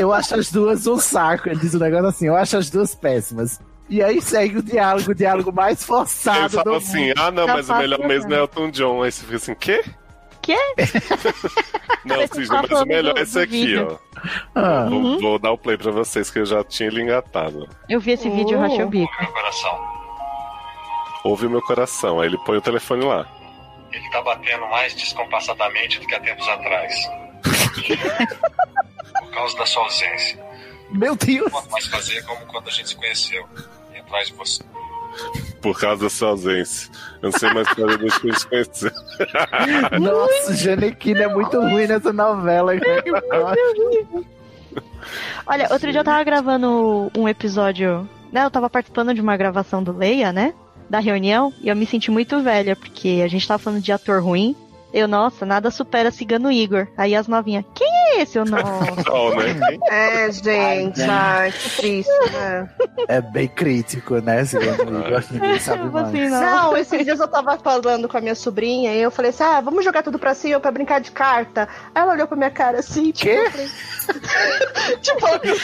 [laughs] eu acho as duas um saco. Ele diz um negócio assim: Eu acho as duas péssimas. E aí segue o diálogo, o diálogo mais forçado.
Ele
do
fala assim:
mundo.
ah,
Tá
não, mas o melhor mesmo é Elton John. Aí você fica assim: quê?
Quê?
Não,
Parece que
Cid,
tá
mas o
falando
melhor
do-
é esse
do
aqui,
vídeo.
ó.
Ah.
Vou,
Uhum.
vou dar o play pra vocês que eu já tinha ele engatado.
Eu vi esse vídeo, eu rachei o bico.
Meu coração. Ouve o meu coração. Aí ele põe o telefone lá.
Ele tá batendo mais descompassadamente do que há tempos
[laughs]
atrás. Por causa da sua ausência.
Meu Deus!
Não posso mais fazer como quando a gente se conheceu. E atrás de você.
Por causa da sua ausência. Eu não sei mais fazer desde que eu te conheci.
[laughs] [laughs] Nossa, Janequina é muito ruim nessa novela.
Olha, outro dia eu tava gravando um episódio. Né, eu tava participando de uma gravação do Leia, né? Da reunião, e eu me senti muito velha, porque a gente tava falando de ator ruim. Eu, nossa, nada supera Cigano Igor. Aí as novinhas, quem é esse? Eu, nossa.
[laughs] Oh,
Não, né?
É, gente, ai, que triste, né?
É bem crítico, né? Esse amigo, acho que ninguém sabe mais.
Tipo assim, Não, esses dias eu tava falando com a minha sobrinha e eu falei assim: ah, vamos jogar tudo pra cima pra brincar de carta. Aí ela olhou pra minha cara assim, tipo. eu falei- [laughs] tipo, eu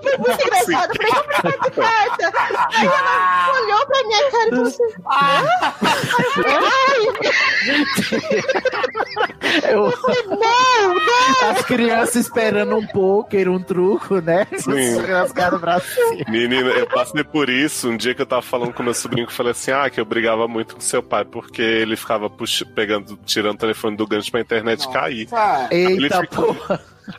fui muito engraçado, eu falei, vamos brincar de carta. Aí ela olhou pra minha cara e falou assim: ah? Aí eu falei, ai!
Eu-
Eu falei, não, não!
É As crianças esperando um poker, um truco, né?
Sim.
As caras pra cima.
Menina, eu passei por isso um dia que eu tava falando com meu sobrinho que eu falei assim: ah, que eu brigava muito com seu pai porque ele ficava pux... pegando, tirando o telefone do gancho pra internet cair. Aí ele
Eita,
ficou-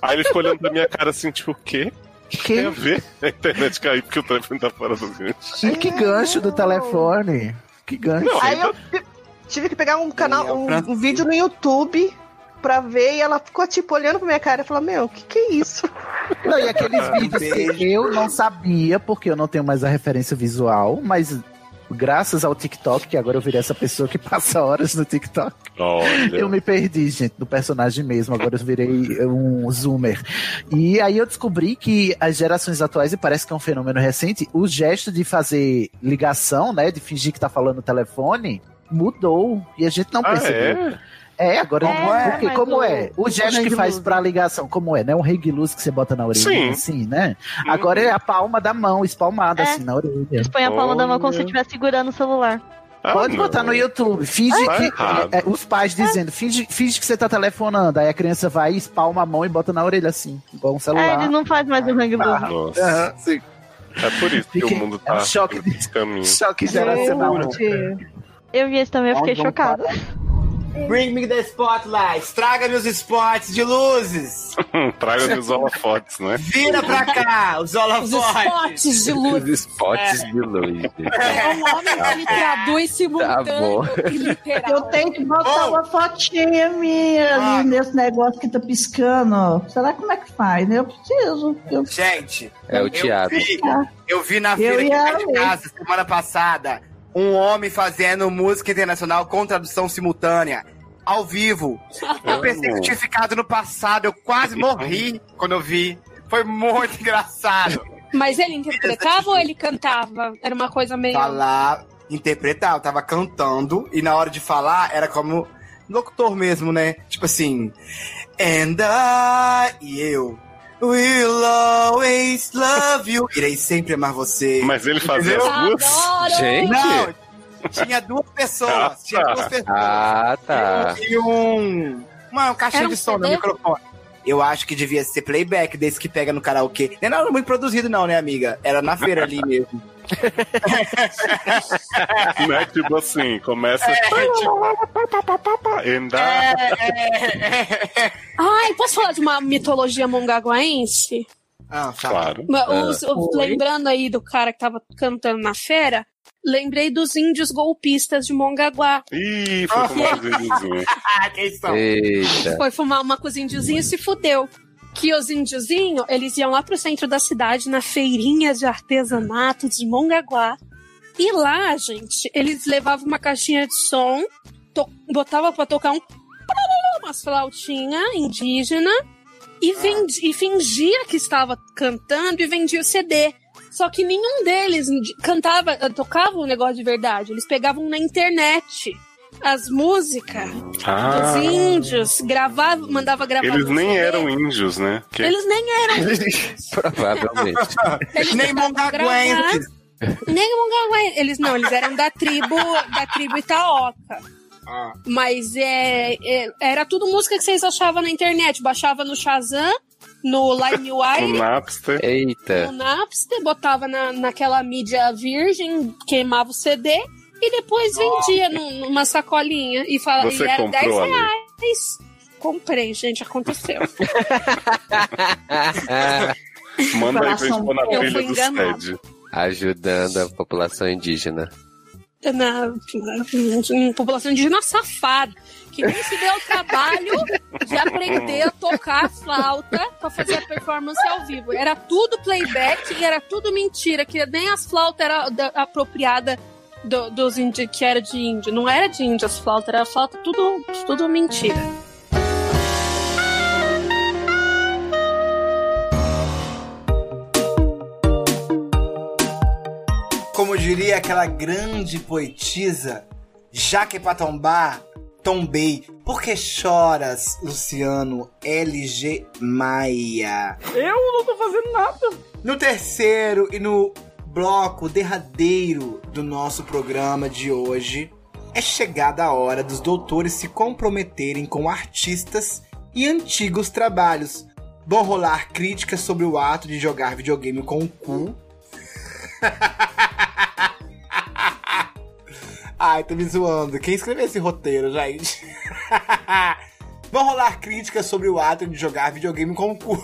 Aí ele ficou olhando pra minha cara assim, tipo, o quê?
Que?
Tem a ver a internet cair porque o telefone tá fora do gancho.
E que gancho do telefone. Que gancho.
Aí eu ti- tive que pegar um canal, um, um vídeo no YouTube pra ver e ela ficou tipo olhando pra minha cara e falou: Meu, o que, que é isso?
Não, e aqueles vídeos que eu não sabia, porque eu não tenho mais a referência visual, mas graças ao TikTok, que agora eu virei essa pessoa que passa horas no TikTok.
Olha.
Eu me perdi, gente, do personagem mesmo. Agora eu virei um zoomer. E aí eu descobri que as gerações atuais, e parece que é um fenômeno recente, o gesto de fazer ligação, né? De fingir que tá falando no telefone, mudou. E a gente não
Ah,
percebeu.
é?
É? É, agora
Como
não
é?
porque
Mas
como
o-
é? O
o
gesto que
rei
faz
luz,
pra ligação, como é, né? Um ring luz que você bota na orelha,
Sim.
assim, né?
Uhum.
Agora é a palma da mão, espalmada,
É.
assim, na orelha.
Põe a palma da mão como se você estivesse segurando o celular.
Ah,
Pode botar no YouTube. Finge
Tá
que.
errado.
é, é, os pais dizendo, finge, finge que você tá telefonando. Aí a criança vai, espalma a mão e bota na orelha assim, igual um
É,
celular.
ele não faz mais o hang
Ah,
blue.
Nossa.
Aham,
É por isso que o mundo tá
é um choque
indo nesse caminho.
choque geracional.
Eu vi esse também, eu fiquei
Onde não
chocada.
Bring me the spotlight. Traga meus spots de [laughs] luzes.
Traga meus holofotes, né?
Vira pra cá, os holofotes.
spots de luz.
Os spots
É.
de luz.
É um homem que traduz simultâneo.
Ah, Tá
Eu tenho que botar uma fotinha minha ali nesse negócio que tá piscando. ó. Será como é que faz? né? Eu preciso. Eu...
Gente,
É o Thiago.
Eu vi, eu vi na
Eu
feira aqui
ia
perto de
ler.
casa semana passada um homem fazendo música internacional com tradução simultânea. Ao vivo. Eu
Amo.
pensei que eu tinha ficado no passado. Eu quase morri quando eu vi. Foi muito [laughs] engraçado.
Mas ele interpretava ou ele cantava? Era uma coisa meio.
Falar, interpretar. Eu tava cantando e na hora de falar era como locutor mesmo, né? Tipo assim. And I e eu. Will always love you. Irei sempre amar você.
Mas ele fazia
Entendeu?
as duas? Adoro! Gente!
Não, tinha duas pessoas. Tinha duas pessoas.
Ah, tá.
E um. Uma, um caixinha
Era um
de som no
CD?
microfone. Eu acho que devia ser playback desse que pega no karaokê. Não era muito produzido, não, né, amiga? Era na feira ali mesmo.
[laughs] Não é tipo assim, começa. And
Ai, posso falar de uma mitologia mongaguaense?
Ah,
Claro.
Ma- os-
Ah.
os- lembrando aí do cara que tava cantando na feira, lembrei dos índios golpistas de Mongaguá.
Ih, foi com
[laughs]
mais um
Quem
Eita.
Foi fumar uma com os índiozinhos e se fudeu. Que os índiozinhos, eles iam lá pro centro da cidade, na feirinha de artesanato de Mongaguá. E lá, gente, eles levavam uma caixinha de som, to- botava pra tocar um... uma flautinha indígena e, vendi- e fingia que estava cantando e vendia o CD. Só que nenhum deles de- cantava, eh, tocava o negócio de verdade. Eles pegavam na internet as músicas
Ah.
dos índios, gravava, mandava gravar.
Eles
no
nem
CD.
eram índios, né? Que-
Eles [laughs] nem
[laughs]
eram.
Provavelmente.
Eles
nem
tentavam
mongaguenses.
gravar, Nem mongaguenses. Eles não, eles eram da tribo, da tribo Itaoca. Ah, Mas é, é- era tudo música que vocês achavam na internet. Baixava no Shazam, no
[laughs] O
LimeWire,
Napster.
no [laughs]
um
Eita.
Napster, botava na, naquela mídia virgem, queimava o CD e depois vendia num- numa sacolinha. E, fala,
Você
e era
comprou,
10
Ale?
reais. Comprei, gente, aconteceu.
Manda aí pra gente
Coração
pôr na
bom. Eu
trilha
fui
do
enganada.
SED.
Ajudando a população indígena.
na, na população indígena safada, que nem se deu o trabalho de aprender a tocar a flauta pra fazer a performance ao vivo. Era tudo playback e era tudo mentira, que nem as flautas era da- apropriada do- dos índios, que era de índio. Não era de índio as flautas, era flauta, tudo, tudo mentira.
Como diria aquela grande poetisa, já que é pra tombar, tombei. Por que choras, Luciano LG Maia?
Eu não tô fazendo nada.
No terceiro e no bloco derradeiro do nosso programa de hoje, é chegada a hora dos doutores se comprometerem com artistas e antigos trabalhos. Vão rolar críticas sobre o ato de jogar videogame com o cu. [laughs] Ai, tô me zoando. Quem escreveu esse roteiro, gente? [laughs] Vão rolar críticas sobre o ato de jogar videogame com o cu.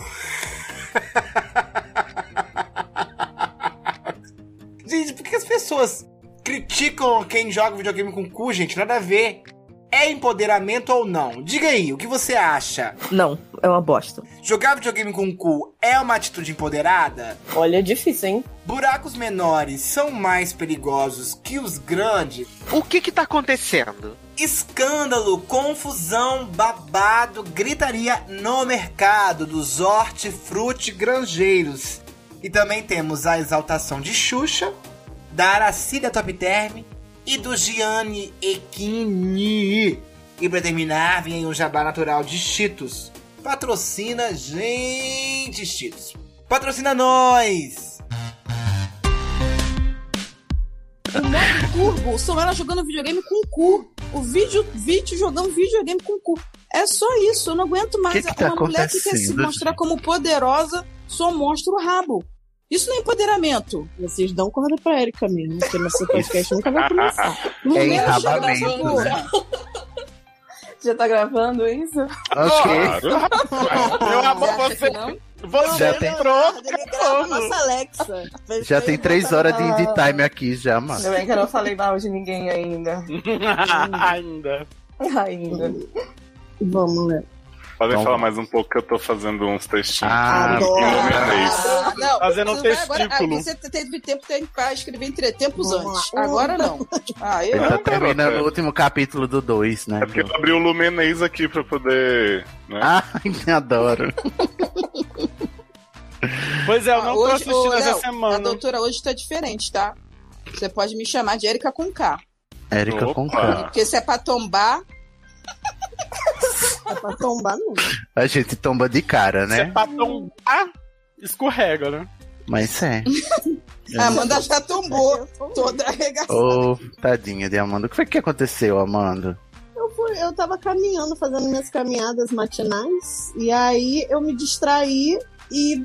Gente, por que as pessoas criticam quem joga videogame com cu, gente? Nada a ver. É empoderamento ou não? Diga aí, o que você acha?
Não, é uma bosta.
Jogar videogame com cu é uma atitude empoderada?
Olha, é difícil, hein?
Buracos menores são mais perigosos que os grandes?
O que que tá acontecendo?
Escândalo, confusão, babado, gritaria no mercado dos hortifruti granjeiros. E também temos a exaltação de Xuxa, da Aracília Top Term e do Gianni Equini. E pra terminar, vem aí um jabá natural de Cheetos. Patrocina, gente, Cheetos. Patrocina nós!
O modo turbo são elas jogando videogame com o cu. O vídeo, vídeo jogando videogame com o cu. É só isso, eu não aguento mais.
Que que tá
uma mulher que quer se
acontecendo,
mostrar como poderosa só mostra o rabo. Isso não é empoderamento. Vocês dão corda pra Erika mesmo, porque nosso podcast nunca vai começar.
É
menos já
enrabamento, né?
gravando.
Já tá gravando isso?
Eu amo
Você acha
você.
que não?
Você
Já tem-
entrou.
Grava a nossa Alexa.
Já tem três horas de, de time aqui já, mano.
Ah. Ainda bem que eu não falei mal de ninguém ainda.
[laughs] ainda.
Ainda.
Vamos, né?
Podem falar mais um pouco que eu tô fazendo uns textinhos.
Ah,
em homenagem.
Ah, não.
Fazendo um
Você vai agora-
testículo.
ah, você teve tempo pra escrever entretempos antes. Agora não. Ah, eu...
Ele tá
Não, garota.
terminando o último capítulo do 2,
É
né?
Porque eu abri o Lumenês aqui pra poder. Né?
[laughs] Ai, adoro.
Pois é, eu
Ah,
não tô
hoje,
assistindo
ô,
essa
Léo,
semana.
A doutora hoje tá diferente, tá? Você pode me chamar de Erika com K.
Érica com K.
Porque se é pra tombar. é pra tombar, não.
A gente tomba de cara,
Você
né?
tá tão. Ah, escorrega, né?
Mas é. Ah,
A Amanda já tombou. Toda arregaçada.
Ô, tadinha de Amanda. O que foi que aconteceu, Amanda?
Eu, fui, eu tava caminhando, fazendo minhas caminhadas matinais, e aí eu me distraí e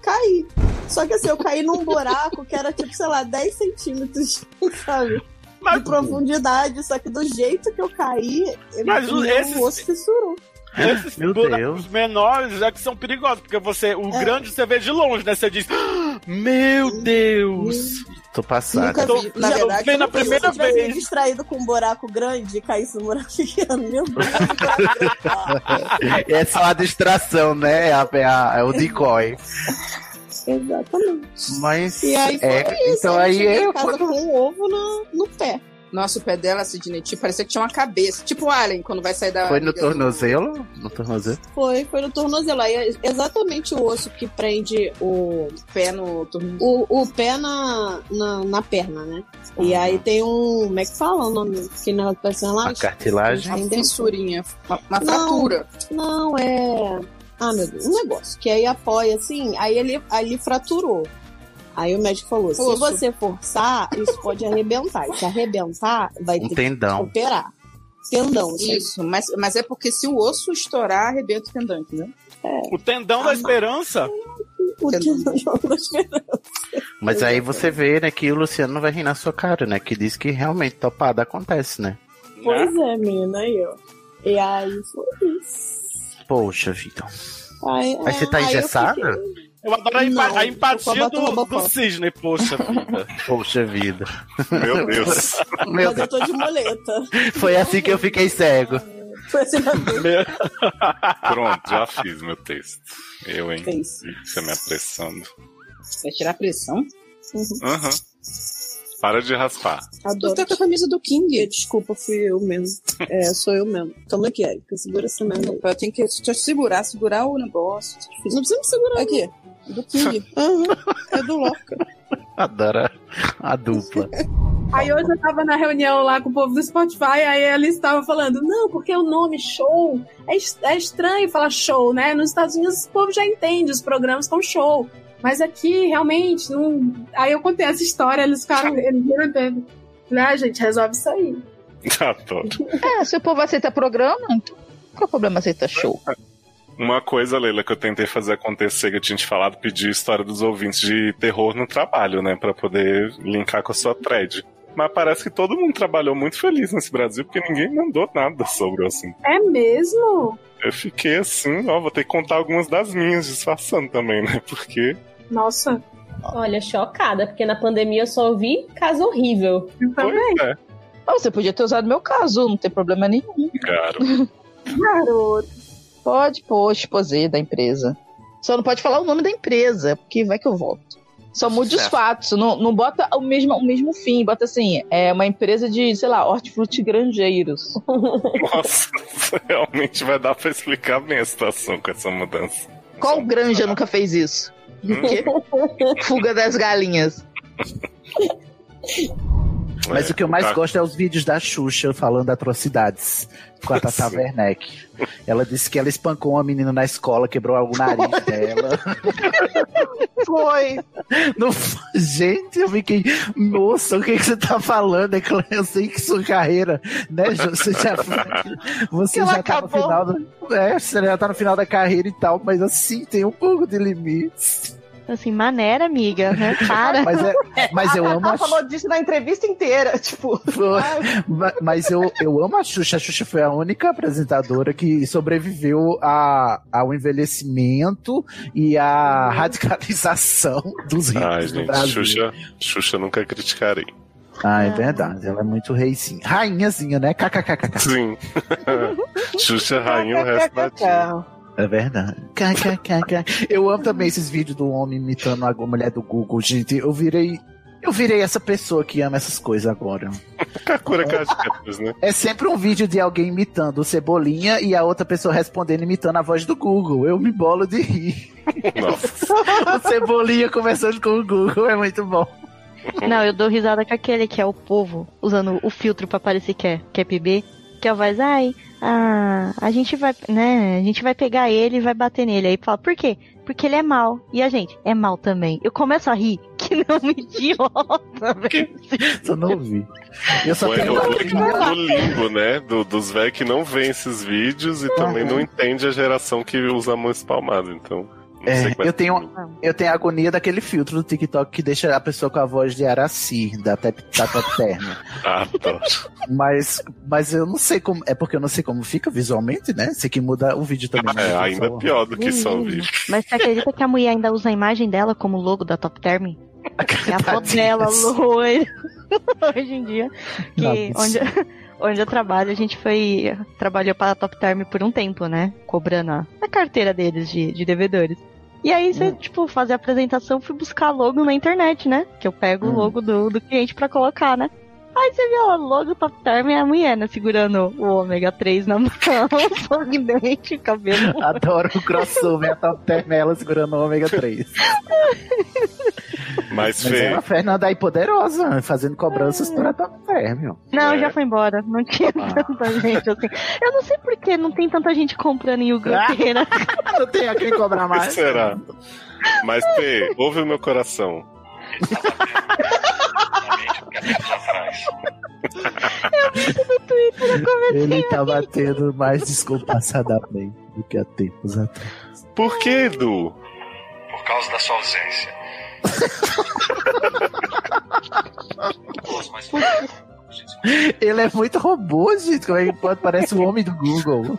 caí. Só que assim, eu caí num buraco que era tipo, sei lá, 10 centímetros, [laughs] sabe? De profundidade, só que do jeito que eu caí, eu- um
Mas
meu
esses-
rosto fissurou.
Esses buracos menores já que são perigosos, porque você, o
É.
grande você vê de longe, né? Você diz, "Ah, meu Deus!
Tô passada.
Tô-
Na
tô
verdade,
vendo a
porque se
primeira
eu tivesse me
vez.
distraído com um buraco grande e caísse num buraco pequeno, meu Deus.
é só a distração, né? É, a- é a- é o decoy.
Exatamente.
Mas.
E aí foi
é,
isso.
então
eu
aí
cheguei em
eu.
casa com um ovo no, no pé. Nossa, o pé dela, Sidney, tipo, parecia que tinha uma cabeça. Tipo o Alien, quando vai
tá
sair da.
Foi no
briga do-
tornozelo? No tornozelo?
Foi, foi no tornozelo. Aí é exatamente o osso que prende o
pé no tornozelo.
O, o pé na, na, na perna, né? E aí tem um. Como é que fala o nome? Que é negócio parece uma
A
laje?
cartilagem?
Uma
fissurinha. Uma,
fratura. Não, é. Ah, meu Deus, um negócio. Que aí apoia assim, aí ele, aí ele fraturou. Aí o médico falou: se
Osso.
você forçar, isso pode arrebentar. E se arrebentar, vai
Um
ter
tendão.
que operar. Tendão, assim. isso aí.
Isso, mas, mas é porque se o osso estourar, arrebenta o tendão, entendeu?
O tendão
Ah,
da esperança.
O tendão da
esperança.
Mas aí você vê, né, que o Luciano não vai rir na sua cara, né? Que diz que realmente topada acontece, né?
Pois é, menina, aí, ó. E aí foi isso.
Poxa, Vitor.
Aí, é.
Mas você tá
aí eu
engessada?
fiquei-
Eu adoro a, empa-
Não,
a
eu só
empatia
boto
do,
Robocop.
do cisne, poxa vida.
[laughs] Poxa vida.
Meu Deus.
Meu
Mas eu
Deus.
tô de muleta.
Foi assim que eu fiquei cego.
Foi assim
Pronto, já fiz meu texto. Eu, hein?
Fez.
Você me apressando.
Vai tirar a pressão?
Uhum.
Aham. Para de raspar.
[laughs]
[laughs]
Adoro.
Tu
É,
tá com a camisa do King.
Desculpa, fui eu mesmo. É, sou eu mesmo. Toma aqui, é. Erika. Segura essa merda aí.
Eu tenho que te segurar, segurar o negócio. é difícil.
Não precisa me segurar.
Aqui, do King.
É do Loki.
Adoro a dupla.
Aí hoje eu tava na reunião lá com o povo do Spotify, aí eles estavam falando, não, porque o nome show é, es- é estranho falar show, né? Nos Estados Unidos o povo já entende, os programas com show. Mas aqui, realmente, não. Aí eu contei essa história, eles ficaram. Eles viram e teve. Né, a gente resolve isso aí.
Adoro.
É, se o povo aceita programa, então qual é o problema aceita show?
Uma coisa, Leila, que eu tentei fazer acontecer, que eu tinha te falado, pedir história dos ouvintes de terror no trabalho, né? Pra poder linkar com a sua thread. Mas parece que todo mundo trabalhou muito feliz nesse Brasil, porque ninguém mandou nada sobre o assunto.
É mesmo?
Eu fiquei assim, ó, vou ter que contar algumas das minhas, disfarçando também, né? Porque.
Nossa.
Olha, chocada, porque na pandemia eu só ouvi caso horrível.
Então,
Pois é,
Ah, você podia ter usado meu caso, não tem problema nenhum.
cara.
Garoto. Pode pôr, exposer da empresa. Só não pode falar o nome da empresa, porque vai que eu volto. Só mude os
Certo.
fatos, não, não bota o mesmo, o mesmo fim, bota assim, é uma empresa de, sei lá, hortifruti granjeiros.
Nossa, [laughs] realmente vai dar pra explicar bem a situação com essa mudança.
Qual granja nunca fez isso?
Hum.
Quê? Fuga das galinhas.
Mas
É,
o que eu
o
mais
Caco-
gosto é os vídeos da Xuxa falando atrocidades com a Tata
Sim.
Werneck. Ela disse que ela espancou uma menina na escola, quebrou algum nariz dela.
Foi.
Não foi- gente, eu fiquei, nossa, o que, que você tá falando? É claro, eu sei que sua carreira, né, Ju? Você já, você
Ela
já tá no
acabou.
final da, é, você já tá no final da carreira e tal, mas assim, tem um pouco de limites.
Então, assim, maneira,
[laughs]
amiga, né? Para.
Mas, é, mas eu
A
amo
Tatá
a
[laughs] falou
Xuxa.
Disso na entrevista inteira, tipo.
Ma- Mas eu, eu amo a Xuxa. A Xuxa foi a única apresentadora que sobreviveu a, ao envelhecimento e à radicalização dos ricos
Ai,
do
gente,
Brasil.
Xuxa, Xuxa nunca criticarei. [laughs]
Ah, é verdade. Ela é muito rei, sim. Rainhazinha, né? KKKK.
Sim. Xuxa, rainha, o resto da
É verdade. KKKK. Eu amo também esses vídeos do homem imitando a mulher do Google, gente. Eu virei. Eu virei essa pessoa que ama essas coisas agora.
Kakura Cajicas, né?
É sempre um vídeo de alguém imitando o Cebolinha e a outra pessoa respondendo imitando a voz do Google. Eu me bolo de rir. [laughs] o Cebolinha conversando com o Google é muito bom.
Não, eu dou risada com aquele que é o povo usando o filtro pra parecer que é, que é PB, que é o voz, ai, ah, a gente vai, né, a gente vai pegar ele e vai bater nele. Aí fala, por quê? Porque ele é mal. E a gente, é mal também. Eu começo a rir, [laughs] que não me idiota, velho.
Só não vi. Eu só
Ou é
tenho
o
uma
clique do limbo, né? Do- dos velhos que não vê esses vídeos e também não entende a geração que usa a mão espalmada, então. Não
É,
sei como
eu, tenho, eu tenho agonia daquele filtro do TikTok que deixa a pessoa com a voz de Araci, da Tep- Tata Terna.
[laughs] Ah, tá.
mas, mas eu não sei como. É porque eu não sei como fica visualmente, né? Sei que muda o vídeo também.
É,
né?
ainda
Só-
pior do que só o
Menino,
vídeo.
[laughs] Mas você acredita que a mulher ainda usa a imagem dela como logo da Top Term? É a foto dela, loira. [laughs] Hoje em dia. Que
Nossa.
onde, onde eu [laughs] trabalho, a gente foi. Trabalhou para a Top Term por um tempo, né? Cobrando a, a carteira deles de, de devedores. E aí você, tipo, fazer a apresentação, fui buscar logo na internet, né? Que eu pego o logo do, do cliente pra colocar, né? Aí você viu lá, logo Top Term é a mulher, né? Segurando o ômega 3 na mão, [laughs] sorridente, cabelo.
[laughs] Adoro o crossover, a Top Terna ela segurando o ômega 3.
Mas,
Mas
Fê,
é uma Fernanda aí poderosa, fazendo cobranças pra Top Term.
Não, já foi embora. Não tinha
É. Ah.
tanta gente assim. Eu não sei por que não tem tanta gente comprando em Ugandeira.
Ah. não tem a quem [laughs] cobrar
o que será? Mas, Fê, ouve o meu coração.
Ele tá batendo mais descompassadamente do que há tempos atrás.
Por que, Edu?
Por causa da sua
[laughs]
ausência.
Ele é muito robô, gente. Como é que pode? Parece o homem do Google.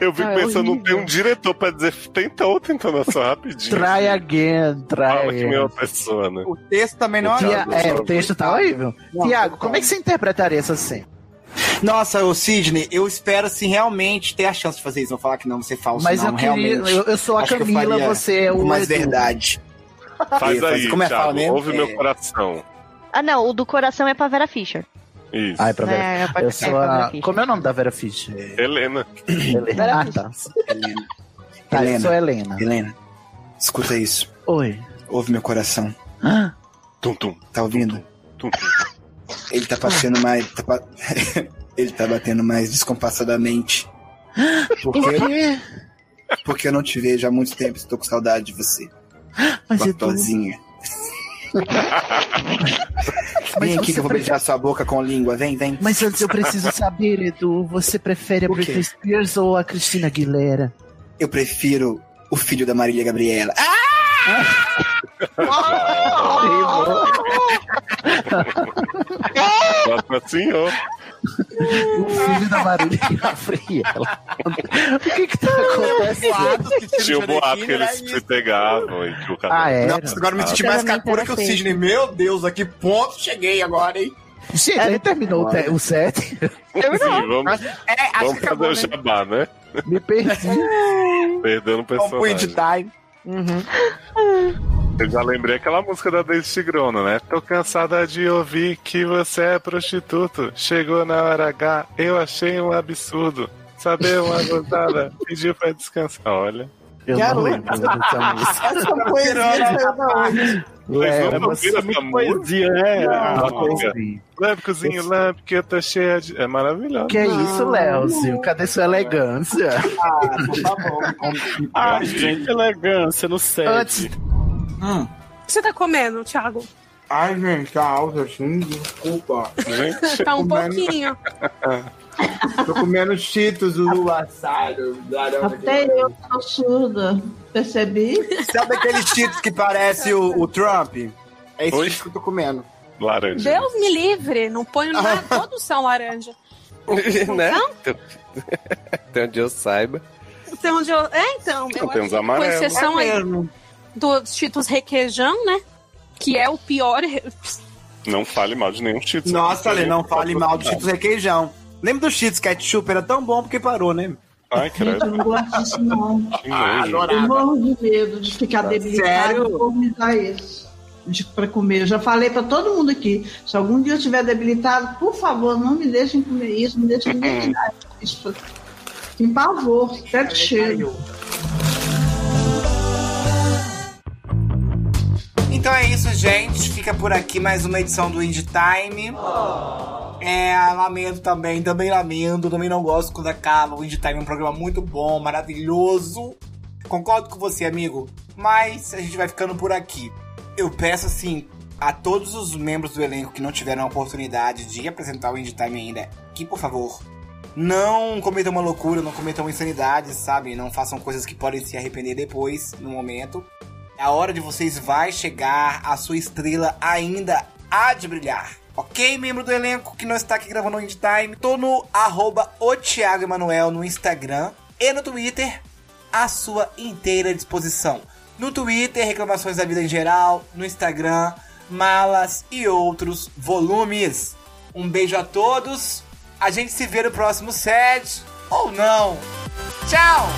Eu fico
Ah, é
pensando, não tem
horrível.
um diretor pra dizer, tenta outra entonação rapidinho.
Try again, try
Fala que não é
again.
uma pessoa, né?
O texto também não
Tia-
ajuda.
é, o texto tá horrível. Tiago, como é que você interpretaria essa cena?
Nossa, o Sidney, eu espero assim realmente ter a chance de fazer isso. Não falar que não, você é falso,
Mas
não,
eu queria-
realmente.
eu- eu sou a
Acho que eu
Camila,
faria
você é o
com Mais
Edu.
verdade.
Faz
Isso,
aí,
como é que fala
Thiago,
mesmo?
ouve o meu
É.
coração.
Ah, não, o do coração é pra Vera Fischer.
Isso.
Ai, pra Vera.
É, é pra-
eu
é
sou
pra Vera
a... Como é o nome da Vera Fischer?
Helena.
Helena. Ah, tá. Tá, eu sou a Helena.
Helena, escuta isso.
Oi.
Ouve meu coração.
Ah,
Tum, tum.
Tá ouvindo?
Tum, tum.
Ele tá passando mais. tá pa- [laughs] Ele tá batendo mais descompassadamente. Porque, porque eu não te vejo há muito tempo, estou com saudade de você.
Mas é eu tô- [laughs]
Gostosinha. Vem aqui que eu vou beijar sua boca com língua, vem, vem.
Mas antes
[laughs]
eu preciso saber, Edu, você prefere a
O quê?
Britney Spears ou a Cristina Aguilera?
Eu prefiro o filho da Marília
[laughs]
Gabriela. Ah!
Nossa senhora.
O filho da Marília Gabriela. O que que tá acontecendo?
Tinha um boato que eles se pegavam e que o cara.
Ah, era?
Nossa, agora eu me senti mais capura que o Sidney. Meu Deus, a que ponto cheguei agora, hein?
Gente,
É.
aí terminou o te- o
[laughs]
set?
Sim, vamos,
é, acho
vamos
que
fazer
acabou,
o
né?
jabá, né?
Me perdi.
Perdendo o personagem.
time.
Uhum.
Eu já lembrei aquela música da Daisy Tigrona, né? Tô cansada de ouvir que você é prostituto. Chegou na hora H,
[laughs]
eu achei um absurdo. Saber uma gozada, pediu pra descansar. Olha.
Eu não
Garoto.
lembro dessa
[laughs]
música.
Essa poesia saiu da onde? Vocês
É,
não
uma
ouviram essa
muito
música?
poesia, né?
Não.
Ah, poesia.
Lâmpicozinho, lâmpico, eu tô cheia de. É maravilhoso.
Que é isso, Léozinho? Cadê sua elegância?
Ai, gente, elegância no céu.
Antes-
O que você tá comendo, Thiago?
Ai, gente, tá alto assim, desculpa. né?
[laughs] tá um
Tô comendo-
pouquinho.
[laughs] Tô comendo cheetos
[laughs]
do assado.
Até eu sou surda. Percebi?
Sabe aquele Cheetos que parece o, o Trump? É esse
Oi?
Cheetos que eu tô comendo.
Laranja.
Deus me livre, não ponho nada,
Ah.
todos são laranja.
né? Então, [laughs] Até onde eu saiba.
Então, onde eu... É, então, eu
Não, tem uns
acho que com
amarelos.
exceção
É
aí
mesmo.
dos Cheetos requeijão, né? Que é o pior... re-
Não fale mal de nenhum Cheetos.
Nossa, Lê, não
Tem
fale mal do
oportunidade.
Cheetos requeijão. Lembra do Cheetos ketchup? Era tão bom porque parou, né?
Ai,
Gente, eu não gosto disso, não.
Ah,
eu
adorava.
morro de medo de ficar
Tá
debilitado
sério?
por me dar isso. De, pra comer. Eu já falei pra todo mundo aqui. Se algum dia eu estiver debilitado, por favor, não me deixem comer isso, me deixem debilitar isso. Tem pavor, até de cheiro.
Então é isso, gente. Fica por aqui mais uma edição do Indie Time. É, lamento também, também lamento, também não gosto quando acaba. O Indie Time é um programa muito bom, maravilhoso. Concordo com você, amigo, mas a gente vai ficando por aqui. Eu peço assim a todos os membros do elenco que não tiveram a oportunidade de apresentar o Indie Time ainda, que por favor, não cometam uma loucura, não cometam insanidades, sabe? Não façam coisas que podem se arrepender depois, no momento. É A hora de vocês vai chegar, a sua estrela ainda há de brilhar. Ok, membro do elenco que não está aqui gravando o Indie Time, tô no arroba o Thiago Emanuel no Instagram e no Twitter, à sua inteira disposição. No Twitter, reclamações da vida em geral, no Instagram, malas e outros volumes. Um beijo a todos, a gente se vê no próximo set, ou não. Tchau!